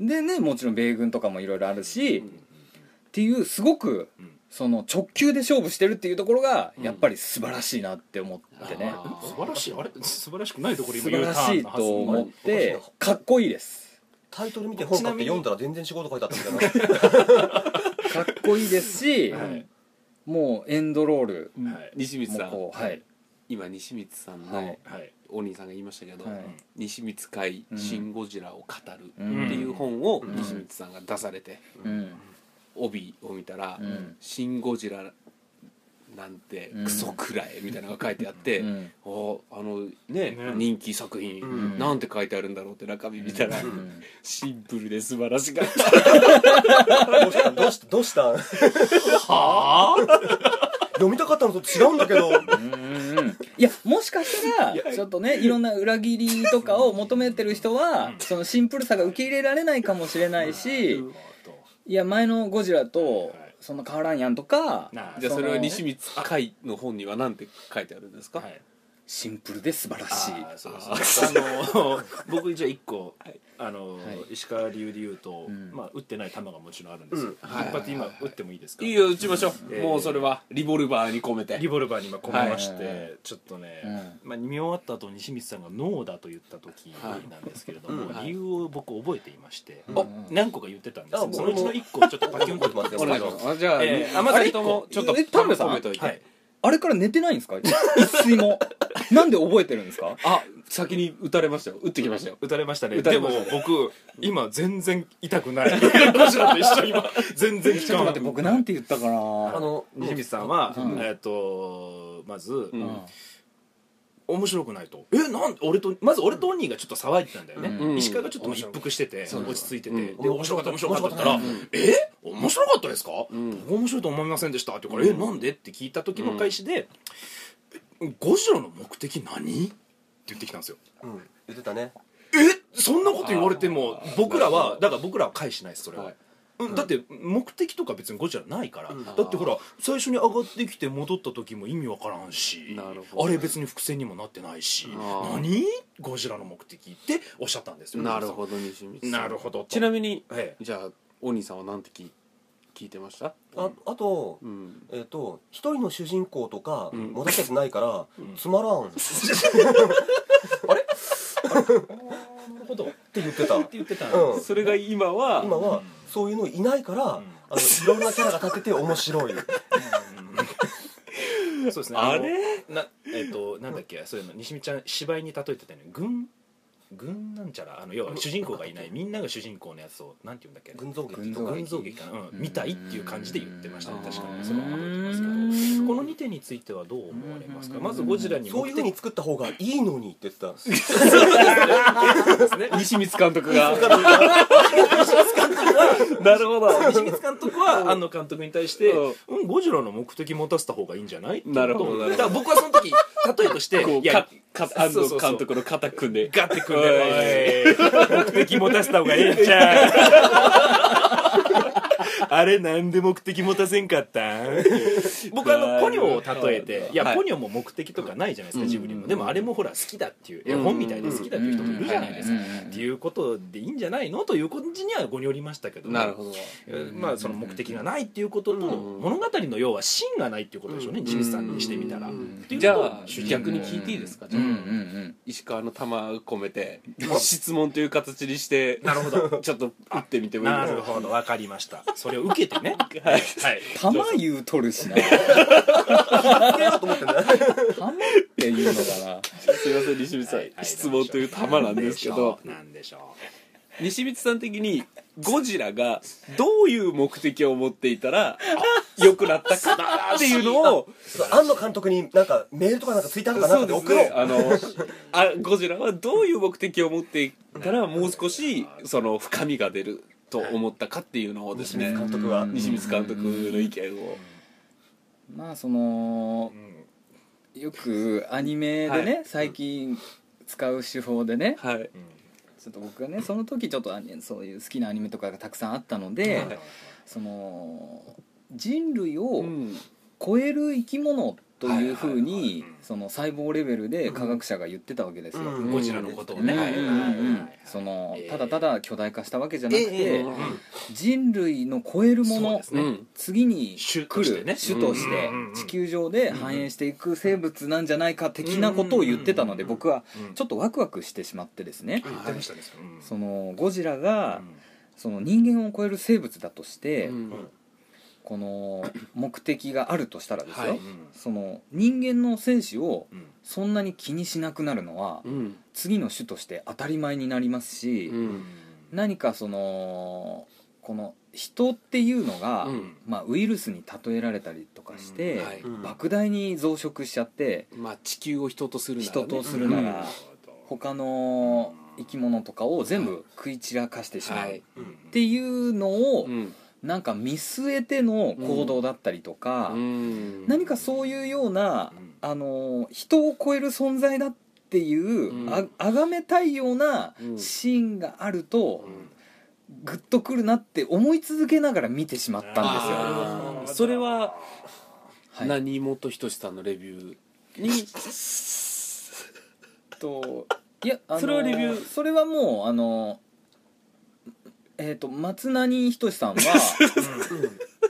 S2: でねもちろん米軍とかもいろいろあるし、
S1: うん
S2: っていうすごく
S3: うん
S2: その直球で勝負してるっていうところがやっぱり素晴らしいなって思ってね、
S1: あー
S3: 素晴らしいあれ素晴らしくないところ
S2: 素
S3: 今
S2: 晴
S3: 言う
S2: ら
S3: タ
S2: し
S3: ーン
S2: い
S3: の
S2: と
S3: 発
S2: 思っ
S3: 想
S2: てかっこいいです
S4: タイトル見て本買って読んだら全然仕事書いてあったみたいな
S2: かっこいいです し、
S3: はい
S2: もうエンドロール
S1: うん
S3: はい
S1: 西
S2: も
S1: 光さ
S2: うんこうはい
S1: 今西光さん
S2: は
S1: の
S2: い
S3: はい
S1: お兄さんが言いましたけど
S2: はい
S1: 「西光会シン・ゴジラを語る」
S2: う
S1: っ
S2: ん
S1: ていう本を
S2: ん
S1: 西光さんが出されて
S2: うん
S1: 帯を見たら
S2: うん
S1: 「シン・ゴジラなんてクソくらい」みたいなのが書いてあっ
S2: う
S1: て。
S2: ん
S1: おあのね
S3: ね
S1: 人気作
S4: う
S1: 品
S2: ん
S1: なんて書いてあるんだろうって中身見たら
S2: ん
S1: シンプルで素晴らしかった
S4: どうしたどうしたどうした 読みたかったのと違うんだけど
S2: うんうんいやもしかしたらちょっとねいろんな裏切りとかを求めてる人はそのシンプルさが受け入れられないかもしれないしいや前のゴジラとそんな変わらんやんとか
S3: なあ
S1: じゃあそれ
S2: その
S1: は西光会の本には何て書いてあるんですか
S3: はい
S2: シンプルで素晴らしい
S3: あーそうそうそうあの僕じゃあ1個あの、
S2: い
S3: 石川流で言うと、
S2: うん
S3: まあ、打ってない球がもちろんあるんですよ、
S4: うん
S3: 一
S1: はい
S3: 発今打ってもいいですか
S1: いいよ打ちましょう、
S3: えー
S1: もうそれはリボルバーに込めて
S3: リボルバーに今込めまして、
S2: は
S3: ちょっとね、まあ、見終わった後西光さんが「ノーだ」と言った時なんですけれども、
S1: はい
S3: 理由を僕覚えていまして、
S4: うん
S3: お何個か言ってたんです
S4: あ
S3: よ
S4: もう
S3: そのうちの1個ちょっとパキュンと
S4: 覚えて
S1: お
S4: ま
S1: 願いし
S4: すよ
S1: ますあじゃあ、
S3: えー
S1: あまたとも
S2: あれ
S1: ちょっと
S2: え田辺さん
S1: 止めといて、
S3: はい
S2: あれから寝てないんですか一睡もなんで覚えてるんですか
S1: あ先に打たれましたよ打ってきましたよ
S3: 打たれましたね
S1: 打た
S3: で
S1: れ
S3: も
S1: ました
S3: 僕今全然痛くないゴジラと一緒今全然効
S2: ちょっと
S3: かな
S2: 待っ
S3: い
S2: て僕なんて言ったかな
S4: あの
S3: 西光さんは、
S2: うん
S3: えっとまず、
S1: ん
S2: うん
S3: 面白くないとえなん俺とまず俺とオンニーがちょっと騒いでたんだよね、
S1: うん
S3: 石川がちょっとまあ一服してて落ち着いてて、
S1: うん
S3: で面白かった面白かったって言ったら「え面白かったですか僕面白いと思いませんでした」って言うから「えなんで?」って聞いた時の開始で「えゴジラの目的何?」って言ってきたんですよ
S4: うん言ってたね
S3: えそんなこと言われても僕らはだから僕らは返しないですそれは、
S1: はい
S3: うん、だって目的とか別にゴジラないから、
S4: うん
S3: だってほら最初に上がってきて戻った時も意味わからんし
S1: なるほど
S3: あれ別に伏線にもなってないし
S1: あー
S3: 何ゴジラの目的っておっしゃったんですよ
S1: なるほど西光さん
S3: なるほど
S1: ちなみに
S3: ど、ええ
S1: じゃあお兄さんはなんて聞い聞いてました
S4: ああと
S1: うん
S4: えっと一人の主人公とか
S1: うん
S4: 持たせてないから
S3: ん
S4: つまらんって
S3: なるほどって
S4: 言ってたうん
S3: 言ってた
S1: それが今は
S4: 今はそういうのいないからあのいろんなキャラが立てて面白い
S3: そうですね
S1: あ
S3: の
S1: れ
S3: なえっ、となんだっけそういうの西見ちゃん芝居に例えてたよね軍軍なんちゃらあの要は主人公がいないみんなが主人公のやつをなんて言うんだっけ
S4: 群像劇
S2: 群
S4: とか
S2: 像
S3: 群像劇かな、うん、見たいっていう感じで言ってましたね
S1: うん
S3: 確かにそれは覚えてますけ
S2: う
S3: ど
S2: ん
S3: この2点についてはどう思われますか
S2: うん
S3: まずゴジラに
S4: そういうふうに作った方がいいのにって言ってた
S3: ですね
S1: 西光監督がなるほど
S3: 西光監督は庵野監督に対して
S1: うん
S3: 「うんゴジラの目的持たせた方がいいんじゃない?」
S1: なるほどなるほど
S3: だから僕はその時例えとして
S1: こ
S3: いうや
S1: かか安
S3: そう
S1: 藤
S3: そうそう
S1: 監督の肩組んで
S3: ガッてくんでおい目的持たせた方がええんちゃ うあれなんで目的持たせんかったん僕あのポニョを例えていや
S1: はい
S3: ポニョも目的とかないじゃないですかジブリもでもあれもほら好きだっていう絵
S1: うん
S3: 本みたいで好きだっていう人もいるじゃないですか
S2: うんうんうん
S3: っていうことでいいんじゃないのという感じにはごにょりましたけど
S1: なるほど
S3: えーまあその目的がないっていうことと
S1: うん
S3: 物語の要は芯がないっていうことでしょうね
S1: ん
S3: ジミさんにしてみたら
S1: うん
S3: っていう
S1: じゃ
S3: と
S1: あ
S3: 主人
S1: 逆
S3: 公
S1: に聞いていいですか、
S2: うんうん
S1: 石川の玉込めて質問という形にしてなるほどちょっと打ってみてもいい
S3: な
S1: です
S3: る
S1: か
S3: ほどわかりましたそれを受けてね
S1: はい
S3: はい
S2: 玉言うとるしな
S4: あれよと思ってんだよ
S2: 玉っていうのか
S1: すいません西光さん、
S3: はいはい
S1: 質問という玉なんですけど
S3: なんでしょ
S1: 西光さん的にゴジラがどういう目的を持っていたら良くなったかっていうのを
S4: そう庵野監督になんかメールとかなんかツイッターとかなん
S1: そ
S4: か
S1: う
S4: で
S1: です
S4: 送ろう
S1: ねあのあゴジラはどういう目的を持っていたらもう少しその深みが出ると思ったかっていうのをです
S4: 西
S1: ね
S4: 光監督は
S1: 西光監督の意見を
S2: なまあその
S3: う、う
S2: よくアニメでね、最近使う手法でね
S1: はい
S3: ん
S2: ちょっと僕がねその時ちょっとアニそういう好きなアニメとかがたくさんあったので、
S1: はい
S2: その人類
S1: う
S2: を
S1: ん
S2: 超える生き物というふう
S3: はいはいはい
S2: に
S3: はいうん
S2: その細胞レベルで科学者が言ってたわけですよ。
S4: うん
S3: うんゴジラのことをね
S2: うん
S3: はいはいはいはい
S2: その
S3: ええ
S2: ただただ巨大化したわけじゃなく
S3: え
S2: て
S3: え
S2: 人類の超えるも
S3: そう
S2: の
S3: ですね
S1: うん
S2: 次に
S3: 種
S2: 来
S3: として
S2: る
S3: ね
S2: 種として
S3: うん
S2: 地球上で繁栄していく生物なんじゃないか的なことを言ってたので
S3: うんうんうん
S2: 僕は
S3: うん
S2: ちょっとワクワクしてしまってですね
S3: あ言ってましたねうん
S2: そのゴジラが
S3: うん
S2: その人間を超える生物だとして
S1: うん
S2: この目的があるとしたらです
S1: は
S2: よ
S1: い
S3: うん
S2: その人間の生死を
S3: うん
S2: そんなに気にしなくなるのは
S1: うん
S2: 次の種として当たり前になりますし、
S1: うん
S2: 何かそのこの人っていうのが、
S1: うん
S2: まあ、ウイルスに例えられたりとかして、
S1: うんはい
S4: うん
S2: 莫大に増殖しちゃって
S1: まあ地球を人とするならね
S2: 人とするな
S1: うん
S2: ら、他の生き物とかを全部食い散らかしてしまう。
S1: はい
S4: うん
S2: っていうのを、
S1: うん
S2: なんか見据えての行動だったりとか、
S1: うん
S2: 何かそういうような、
S3: うん
S2: あの人を超える存在だっていう、
S1: うん
S2: あ崇めたいような
S1: うん
S2: シーンがあると
S3: う、ん
S2: グッとくるなって思い続けながら見てしまったんですよ。
S1: あーそれは
S2: はい
S1: 何本仁さんのレビューに
S2: といやあの
S1: それはレビュー
S2: それはもうあのえっ、と松浪仁さん は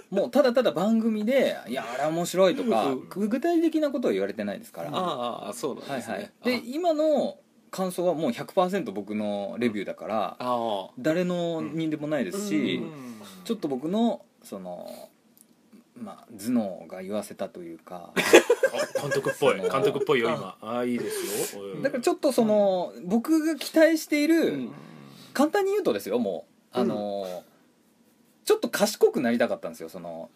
S2: もうただただ番組で「いやあれは面白い」とか
S1: うん
S2: 具体的なことを言われてないですから。は
S1: ああそうなん
S2: い
S1: ですね
S2: はい、で今の感想はもう100%僕のレビューだから
S1: ああ
S2: 誰のにでもないですし、
S1: うん
S2: ちょっと僕のそのまあ、頭脳が言わせたというか
S3: あ監督っぽい監督っぽいよ今ああいいですようん
S2: だからちょっとその、僕が期待している、
S1: うん
S2: 簡単に言うとですよもうあのーちょっと賢くなりたかったんですよその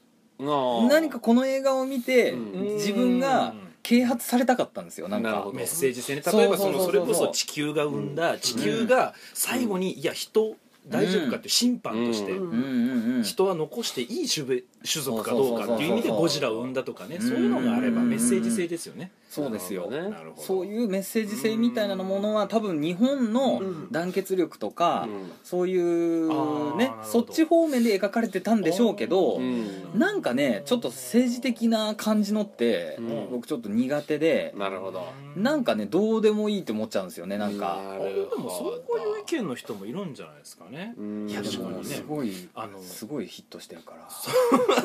S2: 何かこの映画を見て、
S1: うん
S2: 自分が啓発されたかったんですよなん
S1: なる
S2: か
S1: ほど
S3: メッセージ性ね例えばその
S2: そそうそうそ
S3: そう
S2: う
S3: れこそ地球が生んだ地球が最後にいや人大丈夫かって審判として
S1: うん
S2: うんうんうん
S3: 人は残していい種べ種族かどうかっていう意味で
S2: そうそうそうそう
S3: ゴジラを生んだとかねそういうのがあれば
S2: うん
S3: メッセージ性ですよね
S2: そうですよ、
S1: なるほどね
S3: る
S2: そういうメッセージ性みたいなものは多分日本の
S4: うん
S2: 団結力とか、そうい
S3: あー
S2: う
S3: なる
S2: ね
S3: ほど
S2: そっち方面で描かれてたんでしょうけど、
S1: うん
S2: なんかねちょっと政治的な感じのって、
S1: うん
S2: 僕ちょっと苦手で、
S1: なるほど
S2: なんかねどうでもいいって思っちゃうんですよねなんか、
S1: な
S3: あ
S1: る
S3: で
S1: ほど
S3: もそういう意見の人もいるんじゃないですかね
S1: うん
S3: いや
S2: で
S3: 確かに
S2: も
S3: ね
S2: すごい
S3: あの
S2: すごいヒットしてるから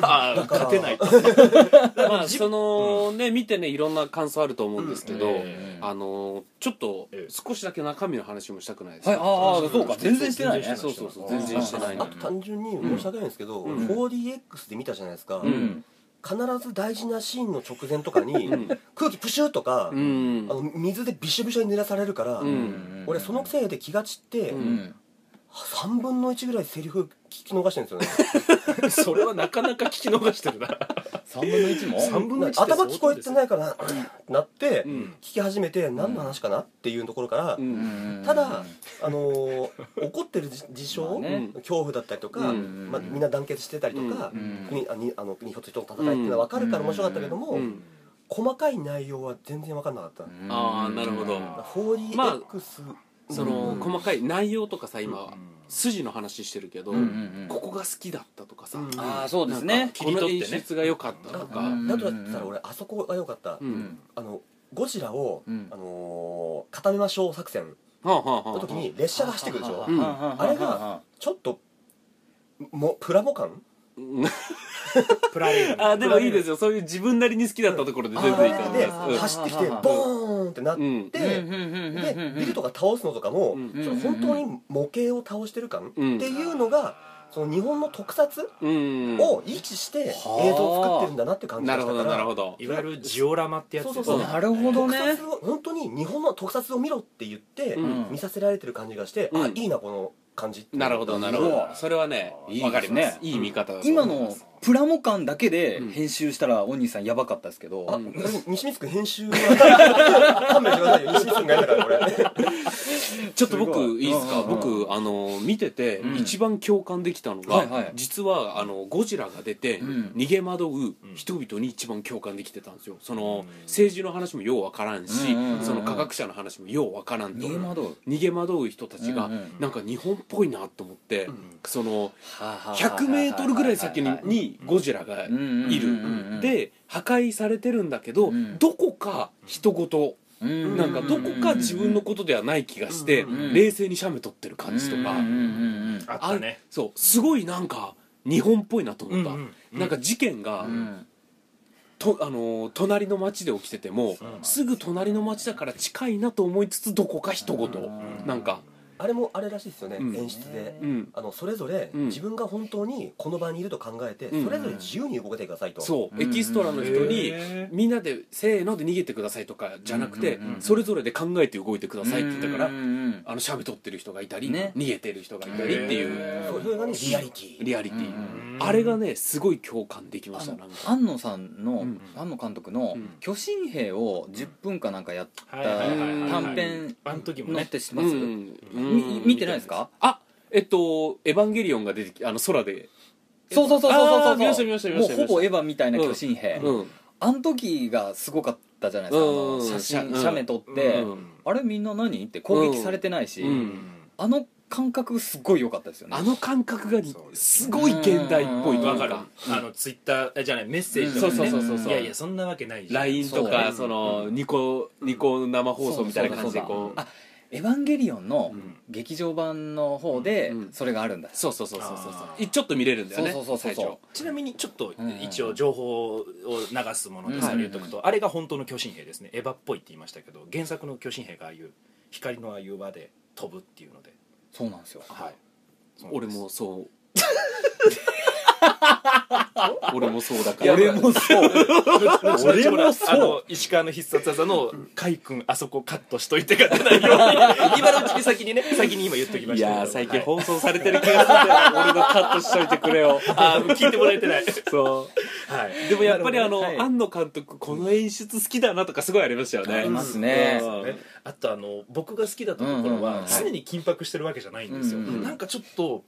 S3: あー勝てないと
S1: まあそのね見てねいろんな感想あると思うんですけど、
S3: うん
S2: ええ
S1: あのちょっと
S3: ええ
S1: 少しだけ中身の話もしたくないです
S2: はい
S1: か、
S2: ああーそうか全然してないね
S3: 全然して
S1: そうそうそう全然してない
S4: あ
S1: ね
S4: と単純に申し訳ないんですけど、
S1: うん
S4: 4DX で見たじゃないですか、
S1: う
S2: うん
S4: 必ず大事なシーンの直前とかに、
S1: うん
S4: 空気プシューとか、
S1: うん
S4: あの水でびしょびしょに濡らされるから、
S1: うん
S4: 俺そのせいで気が散って、
S1: う
S2: うんん
S4: 3分の1ぐらいセリフ聞き逃してる んですよね
S3: それはなかなか聞き逃してるな
S2: 3分の1も
S3: 3分の1って
S4: 頭聞こえてないからなって、
S1: うん
S4: 聞き始めて何の話かなっていうところから、
S1: うん
S4: ただ、あのー怒ってる事事象、
S2: まあね
S4: 恐怖だったりとか、
S1: うん
S4: まあ、みんな団結してたりとか、
S2: うん
S4: 国あにあの国と人との戦いっていうのは分かるから面白かったけども、
S1: うん
S4: 細かい内容は全然分かんなかった、
S1: ああなるほど
S4: だから 4DX、
S1: まあその
S4: うん
S1: 細かい内容とかさ今筋の話してるけど、
S2: うんうんうん
S1: ここが好きだったとかさ、
S4: うん
S2: ああそうですね
S1: この演出が良かったとか、
S2: うん
S4: だとだったら俺あそこが良かった、
S1: うん
S4: あのゴジラを、
S2: うん
S4: あのー固めましょう作戦
S1: はあはあはあ
S4: の時に列車が走ってくるでしょ、
S1: うん
S4: あれがちょっともプラモ感
S1: うん
S3: プラレール
S1: あーでもいいですよそういう自分なりに好きだったところで全然いいと思い
S4: で
S1: ます
S4: 走ってきて
S2: うん
S4: ボーンってなって、
S1: うん
S4: でビルとか倒すのとかも、
S1: うん
S4: その本当に模型を倒してる感、
S1: うん
S4: っていうのがその日本の特撮
S1: うん、うん
S4: を意識して映像を作ってるんだなっていう感じ
S1: なる
S4: がした
S1: ほ
S4: か
S1: どなる
S4: ら
S1: ほど
S3: いわゆるジオラマってやつです
S4: そうそうそう
S2: なるほど
S4: 特
S2: ね
S4: 撮を本当に日本の特撮を見ろって言って、
S1: うん
S4: 見させられてる感じがして、
S1: うん
S4: あいいなこの感じって
S1: なるほどなるほ
S2: う
S1: ど
S2: わ
S1: それはね
S2: いいですね
S1: わかりますいい見方だと思
S2: 今
S1: います
S2: のプラモ感だけで編集したらお兄さんやばかったですけど、
S4: あ西光君編集は勘弁してください よ西光君がやったからこれ
S1: ちょっと僕
S2: すごい
S1: いいです
S2: うんう
S1: か
S2: んうん
S1: 僕あの見てて
S2: うん
S1: 一番共感できたの
S2: は
S1: が
S2: いはい
S1: 実はあのゴジラが出て
S2: うん
S1: 逃げ惑う
S3: うん
S1: 人々に一番共感できてたんですよその
S3: うん
S1: 政治の話もようわからんし
S2: うんうんうんうん
S1: その科学者の話もようわからんと
S2: 逃げ惑う
S1: 逃げ惑う人たちが
S2: うんうん
S1: なんか日本っぽいなと思って
S4: ん
S1: その100
S2: 100
S1: メートルぐらい先ににゴジラがいるで破壊されてるんだけど
S2: うん
S1: どこか人ごとなんかどこか自分のことではない気がして
S4: うん
S2: うん
S1: 冷静に写メ撮ってる感じとか
S3: あっ
S1: あ
S3: たね
S1: そうすごいなんか日本っぽいなと思った、
S3: うんうんうん
S1: なんか事件が、とあのー隣の町で起きてても、
S3: うん
S1: すぐ隣の町だから近いなと思いつつどこか一言、
S2: うん
S1: なんか、
S4: あれもあれらしいですよね、
S1: うん
S4: 演出で、
S1: うん、
S4: あのそれぞれ
S1: うん
S4: 自分が本当にこの場にいると考えて、
S1: うん
S4: それぞれ自由に動けてくださいと、
S1: そう、
S2: うん
S1: エキストラの人に
S3: へー
S1: みんなで「せーの」で逃げてくださいとかじゃなくて、
S2: うんうんうん
S1: それぞれで考えて動いてくださいって言ったから、
S2: うん
S1: あのシャメ撮ってる人がいたり、
S2: ね
S1: 逃げてる人がいたりっていう
S2: へ
S4: そそれがねリアリティ
S1: リアリティ、
S2: うん
S1: あれがねすごい共感できましたなんか。
S2: 安野さんの、
S1: うん
S2: 安野監督の
S1: うん
S2: 「巨神兵」を10分かなんかやった
S3: はいはいはいはい
S2: 短編
S3: あの時も
S2: のっ
S3: ね
S2: て知ってます、
S1: うん
S2: み見てないですか
S1: あえっと「エヴァンゲリオン」が出てきあの空で
S2: そうそうそうそうそう
S1: あー見ました見ました見ま
S2: も
S1: し
S2: う
S1: た
S2: ほぼエヴァみたいな巨神兵、
S1: うん
S2: あの時がすごかったじゃないですか、
S1: う
S2: あ
S1: ん
S2: の写
S1: うん
S2: 真写メ撮って、
S1: うん
S2: あれみんな何って攻撃されてないし、
S1: うんうん
S2: あの感覚すごい良かったですよね
S1: あの感覚がすごい現代っぽい
S2: うん
S1: とい
S3: わ
S1: う
S3: かる
S1: か
S3: あのツイッターえじゃないメッセージとか
S1: うん
S3: ね
S1: そうそうそうそう
S3: いやいやそんなわけないじゃん
S1: LINE と
S2: そう
S1: か
S2: ね
S1: そのニコニコ生放送みたいな感じで
S2: そう
S1: こ
S2: だそう
S1: う
S2: だあエヴァンゲリオンの
S3: ん
S2: 劇場版の方で
S1: うん
S2: それがあるんだ、
S1: そうそうそうそうそう
S3: あ
S1: そうちょっと見れるんだよね
S2: そうそうそうそうそう
S3: ちなみにちょっと
S2: うんうん
S3: 一応情報を流すものでさ
S2: うん
S3: 言っとくとあれが本当の巨神兵ですねエヴァっぽいって言いましたけど原作の巨神兵がああいう光のああいう場で飛ぶっていうので
S2: そうなんですよ
S3: はい
S1: 俺もそう俺もそうだから
S2: 俺もそう俺もそう
S3: あの石川の必殺技の「カイ君あそこカットしといて」が出 ないように今のうちに先にね先に今言っときま
S1: い
S3: したけど
S1: やー最近
S3: はい
S1: 放送されてる気がするんだよ俺のカットしといてくれよ
S3: あー聞いてもらえてない
S1: そ
S3: はいう
S1: でもやっぱりあ
S2: なるほど
S1: の、
S2: ねはい
S1: 庵野監督この演出好きだなとかすごいありましたよね
S2: ありますね
S1: うん
S3: ねあとあの僕が好きだったところ
S2: うんうんう
S3: は
S2: ん
S3: 常に緊迫してるわけじゃないんですよ、
S2: うんうん
S1: うん
S3: なんかちょっと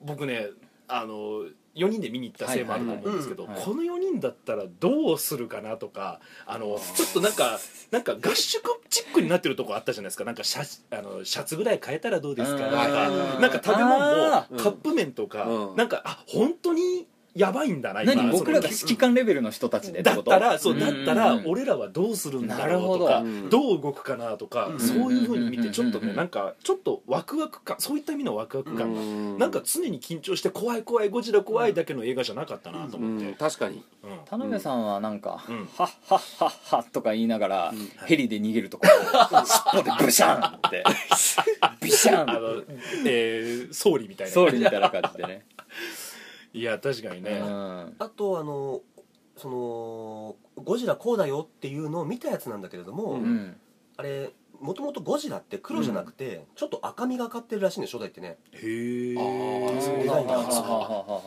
S3: 僕ねあの4人で見に行ったせいもあると思うんですけど、
S2: はいはいはい
S3: この4人だったらどうするかなとかあのちょっとなんかなんか合宿チックになってるとこあったじゃないですかなんかシャあのシャツぐらい変えたらどうですかとか
S1: うん
S3: なんか食べ物も
S2: あ
S1: ー
S3: カップ麺とか、
S1: うん
S3: なんかあ本当にやばいんだな
S2: 何
S3: その
S2: 僕らが指揮官レベルの人たちでって
S3: だ
S2: こ
S3: っ
S2: と
S3: たらそう
S2: うん
S3: だったら俺らはどうするんだろうと
S1: な
S3: か
S1: るほど
S3: どう動くかなとか
S4: うん
S3: そういうふうに見てちょっと
S2: うんうんうんう
S3: ね
S2: ん
S3: なんかちょっとワクワク感そういった意味のワクワク感が
S1: ん
S3: なんか常に緊張して怖い怖いゴジラ怖いだけの映画じゃなかったなと
S1: う
S3: 思って
S1: ん確かに
S3: うん
S2: 田辺さんはなんか
S3: うん
S2: 「はっはっはっは」とか言いながら
S1: ん
S2: ヘリで逃げるところを尻尾でブシャンってビシャ
S3: あ
S2: ン
S3: のえー総理みたいな
S2: 総理みたいな感じでね
S3: いや確かに
S2: う
S3: ね
S2: ん
S4: あとあのそのゴジラこうだよっていうのを見たやつなんだけれども、
S1: う
S2: うん
S4: あれもともとゴジラって黒じゃなくて、ちょっと赤みがかってるらしいね初代ってね、
S3: へえ
S1: あー
S4: そう
S2: は
S4: デザイン
S2: は
S4: が
S2: はは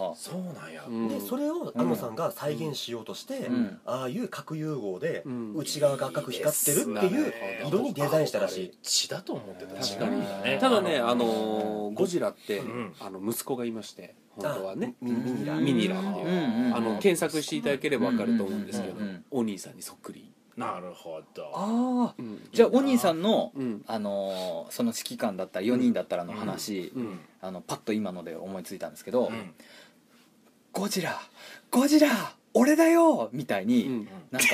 S2: は
S3: そうなんや
S1: うん
S4: でそれを安野さんが再現しようとして、
S2: ん
S4: ああいう核融合で
S1: うん
S4: 内側が赤く光ってるっていう
S1: ね
S4: 色にデザインしたらしい、
S3: 血だと思ってた
S1: 確かに
S3: ね
S1: ただねあのーゴジラって、
S3: うん
S1: あの息子がいまして本当はね
S4: ミミニラ
S1: ミニラっていう、
S2: うんうん
S1: あの検索していただければわかると思うんですけど、
S2: うんうんうんうん
S1: お兄さんにそっくり、
S3: なるほど
S2: ああ
S1: うん
S2: じゃあお兄さんの
S1: うん
S2: あのーその指揮官だったら4人だったらの話
S1: うん
S2: あのパッと今ので思いついたんですけど
S3: うん
S2: 「ゴジラゴジラ俺だよ!」みたいうに
S1: ん
S2: なんか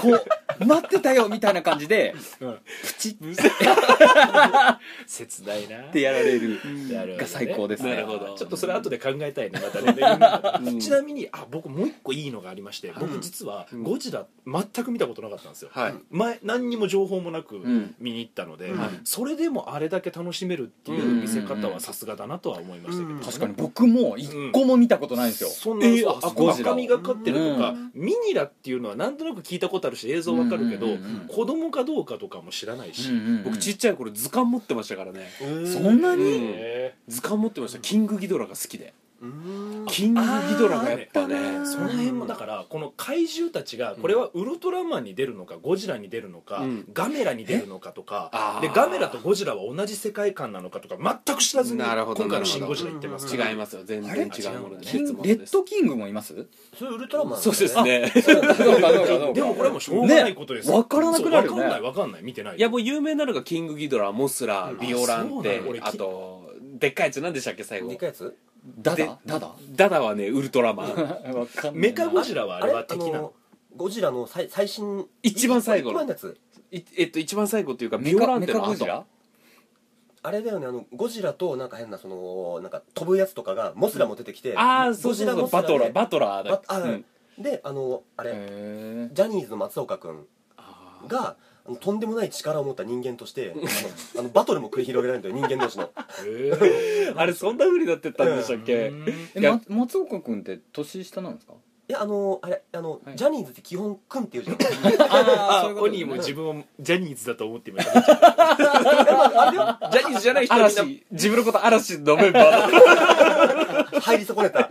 S2: こう待ってたよみたいな感じで
S3: うん
S2: プチッ
S3: 切ないな
S2: てやられる
S3: なるほどね
S2: が最高ですね
S1: なるほど
S3: ちょっとそれ後で考えたいねまたね
S1: うん
S3: ちなみにあ僕もう一個いいのがありまして
S4: う
S3: 僕
S4: ん
S3: 実は
S1: うん
S3: ゴジラ全く見たことなかったんですよ
S1: はい
S3: 前何にも情報もなく
S2: ん
S3: 見に行ったので、
S4: うん
S1: はい
S3: それでもあれだけ楽しめるっていう見せ方はさすがだなとは思いましたけど、
S4: うん
S2: 確かに僕も一個も見たことないんですよ、
S3: そんな、
S1: えー
S3: あ
S1: あ
S2: ゴジラ
S3: 赤みがかってるとか、
S2: う
S3: ミニラっていうのはなんとなく聞いたことあるし映像わかるけど、
S2: うんうんうんうん
S3: 子供かどうかとかも知らないし、
S1: 僕ちっちゃい頃図鑑持ってましたからね、
S2: そんなに、
S1: うん
S3: へ
S1: 図鑑持ってましたキングギドラが好きで
S4: うん
S1: キングギドラがやっぱね
S2: あー
S3: ーその辺もだからこの怪獣たちがこれはウルトラマンに出るのかゴジラに出るのか、
S1: うん
S3: ガメラに出るのかとか
S1: あー
S3: でガメラとゴジラは同じ世界観なのかとか全く知らずに
S1: なるほ
S3: 今
S1: ど
S3: 回の「
S1: なるほど
S3: 新ゴジラ」行ってますから
S1: 違いますよ全然違うもので
S2: キン
S1: 別物
S2: レ
S1: で
S2: ッドキングもいます
S4: それウルトラマンなんだね
S1: そうですね
S2: そうかそうかそうかそうか
S3: でもこれはもうしょうがないことですよ
S2: ねわからなくなるよね
S3: そうわかんないわかんない見てない
S1: いやもう有名なのがキングギドラモスラ
S4: うん
S1: ビオランテ
S3: あそうなの俺
S1: あとでっかいやつなんでしたっけ最
S4: で
S1: 後
S4: っかいやつ
S2: ダ
S1: で
S2: ダダダ
S1: ダダはねウルトラマン
S2: わかんないな
S3: メカゴジラはあれは敵なの
S4: ゴジラの最最新
S1: 一番最後
S4: 一
S1: の
S4: 番のやつ
S1: いえっと一番最後っていうか
S2: メ
S1: ビオラ
S2: カ
S1: ン
S2: メ
S1: テ
S2: カ
S1: の
S2: ゴ
S1: 後
S2: ジラ
S4: あれだよねあのゴジラとなんか変なそのなんか飛ぶやつとかがモスラも出てきて、
S1: ああそうそうそう
S4: ゴジラ
S1: バ
S4: モス
S1: ト
S4: ラ
S1: ラー
S4: で
S1: バトラーだ
S4: ばあ
S1: うん
S4: であのあれ、
S2: へ
S4: ジャニーズの松岡君
S1: あー
S4: があのとんでもない力を持った人間としてあのあのバトルも繰り広げられるんだよ人間同士の
S3: へー
S1: あれそんな風になってったんでしたっけ
S3: うん
S2: え
S1: いや
S2: ま松岡君って年下なんですか
S4: いやあのあれあの、
S2: はい
S4: ジャニーズって基本「くん」っていうじゃん
S2: あ
S3: あオニーも自
S2: 分
S3: 分をジャニーズだと思っていましたジャニーズじゃない人はみんな
S1: 嵐自分のこと嵐のメンバーだ
S4: 入り損 ねた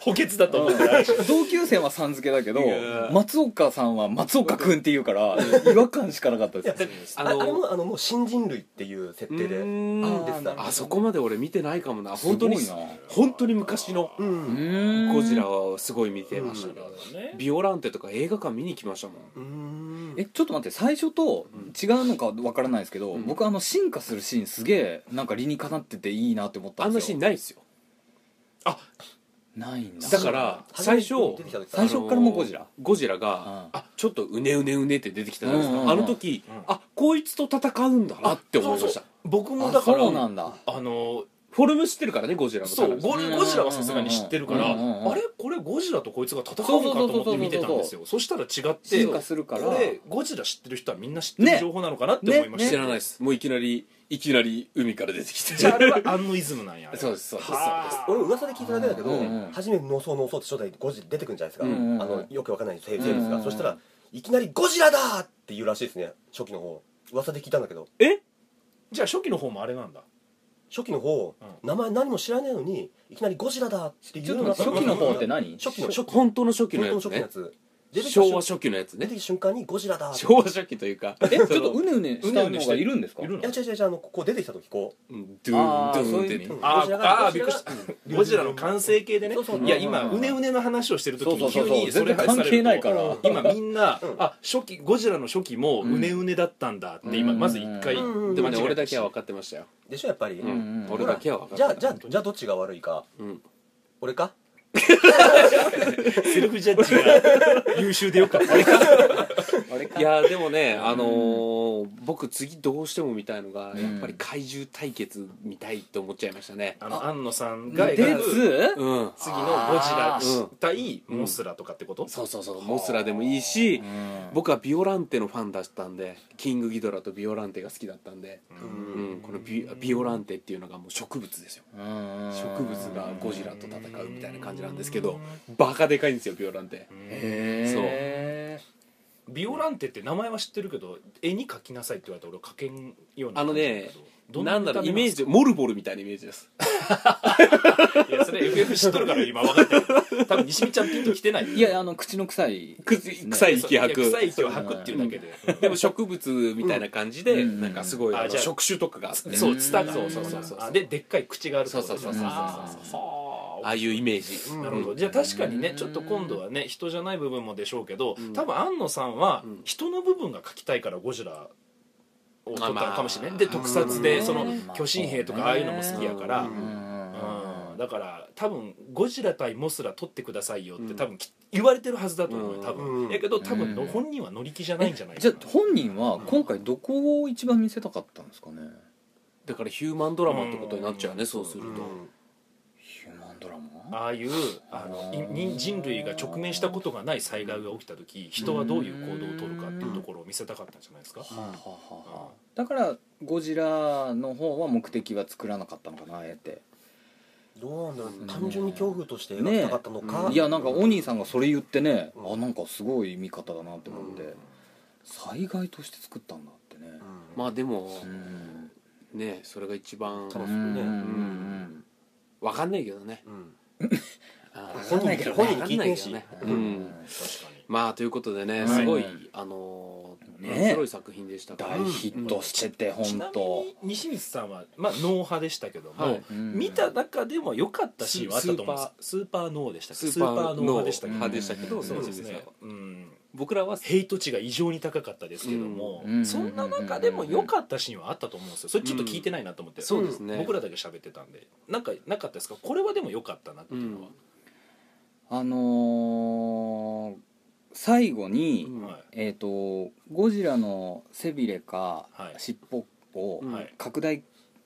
S3: 補欠だと思ってた
S2: 同級生はさん付けだけど
S1: いや
S2: 松岡さんは松岡君って言うから違和感しかなかったです
S1: あ
S4: ああれ
S1: の
S4: もあのもう新人類っていう設定で
S1: う
S4: うん
S1: ーん
S4: です
S2: なるほど
S1: あそこまで俺見てないかもな本当に
S2: すごいな
S1: 本当に昔の
S4: うん
S1: ゴ
S2: ゴ
S1: ジラはすごい見てましたね
S3: ね
S1: ビオランテとか映画館見に来ましたもん
S4: うん
S2: えちょっと待って最初と違うのかわからないですけど、
S1: うん
S2: 僕あの進化するシーンすげえなんか理にかなってていいなって思った
S1: あ
S2: ん
S1: ん
S2: で
S1: な
S2: す
S1: シ
S2: よ
S1: ーンないっすよ
S2: ないんだ
S1: だから最初
S4: 初めて出てきた時
S2: 最初からもうゴジラ
S1: あのーゴジラが、
S2: うん
S1: あちょっとうねうねうねって出てきたじゃないですか、
S2: うんうんうん
S1: あの時、
S3: うん
S1: あこいつと戦うんだなって思いました
S3: 僕も
S2: あ
S3: だから
S2: そうなんだ
S3: あの
S1: フォルム知ってるからねゴジラの
S3: そうゴ
S2: うん
S3: ゴジラはさすがに知ってるから、
S2: うんうんうん
S3: あれこれゴジラとこいつが戦うのかと思って見てたんですよそしたら違って
S2: 進化するから
S3: これゴジラ知ってる人はみんな知ってる情報なのかなって思いまし
S1: 知
S3: た、
S1: らないですもういきなりいきなり海から出てきて
S3: じゃああれはアンノイズムなんやあ れ
S1: そうですそうです
S3: はあ
S4: 俺も噂で聞いただけだけど、
S2: うんうん
S4: 初めのそうのそうって初代ゴジラ出てくるんじゃないですか、
S1: うん
S2: うんうん
S4: あのよくわかんない生生物
S2: うんうん
S4: が、
S2: うん
S4: そしたらいきなり「ゴジラだ!」って言うらしいですね初期の方噂で聞いたんだけど
S3: じゃあ初期の方もあれなんだ
S4: 初期の方、
S3: う
S4: 名前何も知らないのにいきなり「ゴジラだ!」っ
S2: ち
S4: て言
S2: ょ
S4: う
S2: っと
S4: よ
S2: 待
S4: うな
S2: って初期の方って何
S4: 初期の初期
S1: 本当の初期の
S4: 本当
S1: や
S4: の
S1: つね
S4: 初期のやつ
S1: 昭和
S4: 期
S1: 初期のやつね
S4: 出てきた瞬間に「ゴジラだ!」って
S1: 昭和初期というか
S2: えちょっと
S1: その
S2: うねうねしたのがいるんですか
S3: いるの
S4: いや違う違う違うあのここ出てきた時こう
S1: うんドゥーン
S2: あー
S1: ドゥーンって
S2: そういう
S1: ね
S4: うん
S3: あ
S4: ゴジラ
S3: ー
S4: が
S3: あーびっくりしたゴジラの完成形でね
S4: そうそう
S3: いや今うねうねの話をしてる時
S2: そうそうそ
S3: に急
S2: うそ
S3: に
S2: う
S3: そ
S2: 全
S3: れ
S2: 然関係ないから
S3: 今みんな
S4: うん
S3: あ初期ゴジラの初期もうねうねだったんだって今まず一回
S4: うんうんうん
S1: でも
S3: 間
S1: ね
S3: 違え
S1: 俺だけは分かってましたよ
S4: でしょやっぱり、
S1: うん
S2: うん
S1: 俺だけは分かっ
S4: じ
S1: て
S4: ゃ
S1: た
S4: あじゃあじゃあどっちが悪いか、
S1: ん
S4: 俺か
S3: セルフジャッジが優秀でよかった
S2: あれか
S1: いやでもね、あのー僕次どうしても見たいのが、
S2: ん
S1: やっぱり怪獣対決見たいって思っちゃいましたね
S3: あの安野さんが
S2: で
S3: 描く
S2: つ
S1: うん
S3: 次のゴジラ
S1: あー
S3: 対モスラとかってこと
S1: そうそうそうモスラでもいいし僕はビオランテのファンだったんでキングギドラとビオランテが好きだったんで、
S4: うん
S1: うん、このビビオランテっていうのがもう植物ですよ植
S2: 植
S1: 物がゴジラと戦うみたいな感じなんですけどバカでかいんですよビオランテ
S2: へえ
S3: ビオランテって名前は知ってるけど絵に描きなさいって言われたら俺は描けんような
S1: あのね
S3: ど
S1: なんだろうイメー
S3: ジ
S1: ジモルボルみたいなイメージです
S3: いやそれ FF 知っとるから今分かってる多分西見ちゃんピンと来てないよ
S2: いやあの口の臭い
S1: く臭い息吐
S3: いや臭い
S1: く
S3: 息を吐くっていうだけで、
S1: でも植物みたいな感じで、
S2: うん
S1: なんかすごい、
S3: あ
S1: あの
S3: じゃあ
S1: 触手とかがあって
S3: そううツタが
S1: そうそうそうそう
S3: あででっかい口があるってこと
S1: そうそうそうそう
S3: あー
S1: ああいうイメージ、
S3: なるほどじゃあ確かにねちょっと今度はね人じゃない部分もでしょうけど、多分安野さんは人の部分が描きたいからゴジラを撮ったのかもしれない、
S1: まあ
S3: で特撮でその
S2: まあ
S3: 巨神兵とかああいうのも好きやから、
S1: う
S3: うんん
S2: うん
S3: だから多分ゴジラ対モスラ撮ってくださいよって多分き言われてるはずだと思うよ多分、
S4: うん
S3: やけど多分の
S2: うん
S3: 本人は乗り気じゃないんじゃないか
S2: じゃ
S3: な
S2: あ本人は今回どこを一番見せたかったんですかね
S1: だからヒューマンドラマってことになっちゃうね、そうすると、
S2: ヒューマンドラマ
S3: ああいうあのい人人類が直面したことがない災害が起きた時人はどういう行動を取るかっていうところを見せたかったんじゃないですか
S2: はあはあはあはあだからゴジラの方は目的は作らなかったのかなあえて
S4: どうなんだろう単純に恐怖として描きたかったのか、
S2: いやなんかお兄さんがそれ言ってねあなんかすごい見方だなって思って災害として作ったんだってね
S4: うん
S1: まあでも、
S2: うん
S1: ねそれが一番
S4: そううんすよね
S2: うん
S1: わかんないけどね
S4: うん
S1: あー
S4: 本人に本人に聞いてんし
S1: わかんないけ
S2: う
S1: どねうんんまあということでね、
S2: はい
S1: すごいあのー
S2: ね
S1: 面白い作品でしたから
S2: 大ヒットしてて
S3: ち
S2: 本
S3: なみ
S2: 当
S3: に西光さんは、まあ、ノー派でしたけども、
S1: はい
S2: うん
S3: 見た中でも良かったシーンはあったと思うんですスーパーノーでしたっけ
S1: スーパーノー
S3: 派でしたけど
S1: 派でしたけど、
S2: うん
S1: そ
S3: そうう
S1: で
S3: ですす
S1: ね
S3: ね、うん、
S1: 僕らは
S3: ヘイト値が異常に高かったですけども、
S2: うん
S3: そんな中でも良かったシーンはあったと思うんですよそれちょっと聞いてないなと思って、
S1: そうですね、
S3: 僕らだけ喋ってたんでなんかなかったですかこれはでも良かったなっていうのは、
S2: あのー最後に、
S1: うん
S3: はい
S2: えっ、とゴジラの背びれか、
S3: はい
S2: 尻尾を
S1: うん
S3: はい
S2: 拡大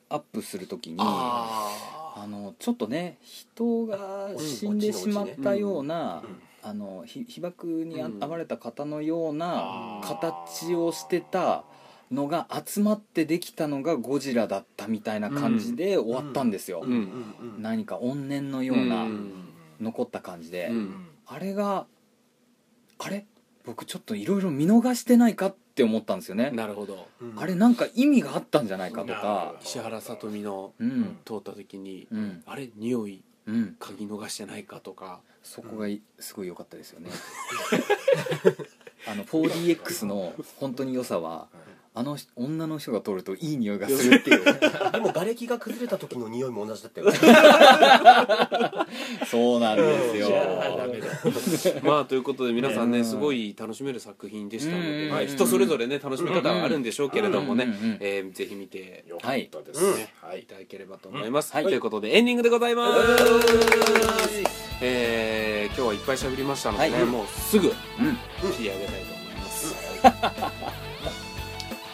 S2: アップするときに、あ
S1: あ
S2: のちょっとね人が死んでしまったような、
S4: うん
S2: あのひ被爆にあ
S1: うん
S2: 遭われた方のような
S3: あー
S2: 形をしてたのが集まってできたのがゴジラだったみたいな感じで終わったんですよ、
S1: うん
S4: うんうん
S2: 何か怨念のような、
S1: うん
S2: 残った感じで。
S1: うん
S2: あれがあれ僕ちょっといろいろ見逃してないかって思ったんですよね
S1: なるほど
S4: うん
S2: あれなんか意味があったんじゃないかとか
S1: 石原さとみの
S2: うん
S1: 通った時に、
S2: うん
S1: あれ匂い
S2: うん
S1: 嗅ぎ逃してないかとか
S2: そこがいすごい良かったですよね あの 4DX の本当に良さはあの女の人が撮るといい匂いがするっていう
S4: でも瓦礫が崩れた時の匂いも同じだった よ
S2: そうなんですよ
S3: じゃあ ダメだ
S1: まあということで皆さん
S2: う
S1: ね
S2: ん
S1: すごい楽しめる作品でしたの
S2: うんうんう
S1: で、
S2: ん
S1: はい、人それぞれね楽しみ方はあるんでしょうけれどもね、
S2: うんうんうん
S1: えーぜひ見て
S3: よかったですね、はい
S1: いただければと思います、
S2: はい
S1: ということでエンディングでございます、えー今日はいっぱい喋りましたのでね、
S2: はい
S1: もうすぐ
S2: うん
S1: 切り上げたいと思います、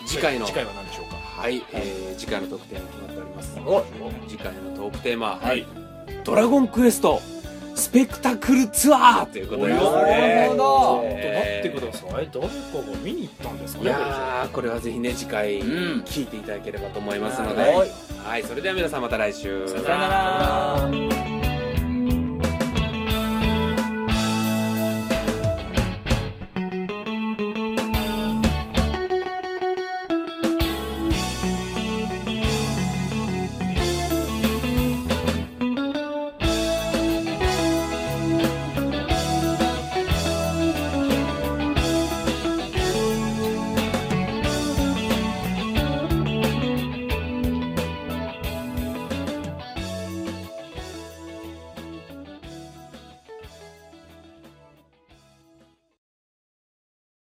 S1: 次回の
S3: 次回は何でしょうか
S1: はい、えー次回のトークテーマ決まっております
S4: お
S1: 次回のトークテーマ、
S3: はい
S1: ドラゴンクエストスペクタクルツアーということですね
S3: おなる
S2: ほ
S3: ちょっと待ってくだ
S1: い
S3: さい誰かが見に行ったんですか
S1: い
S3: ねこ
S1: やーこれはぜひね次回
S2: うん
S1: 聞いていただければと思いますので、
S4: はい
S1: はいそれでは皆さんまた来週
S2: さよなら
S4: あー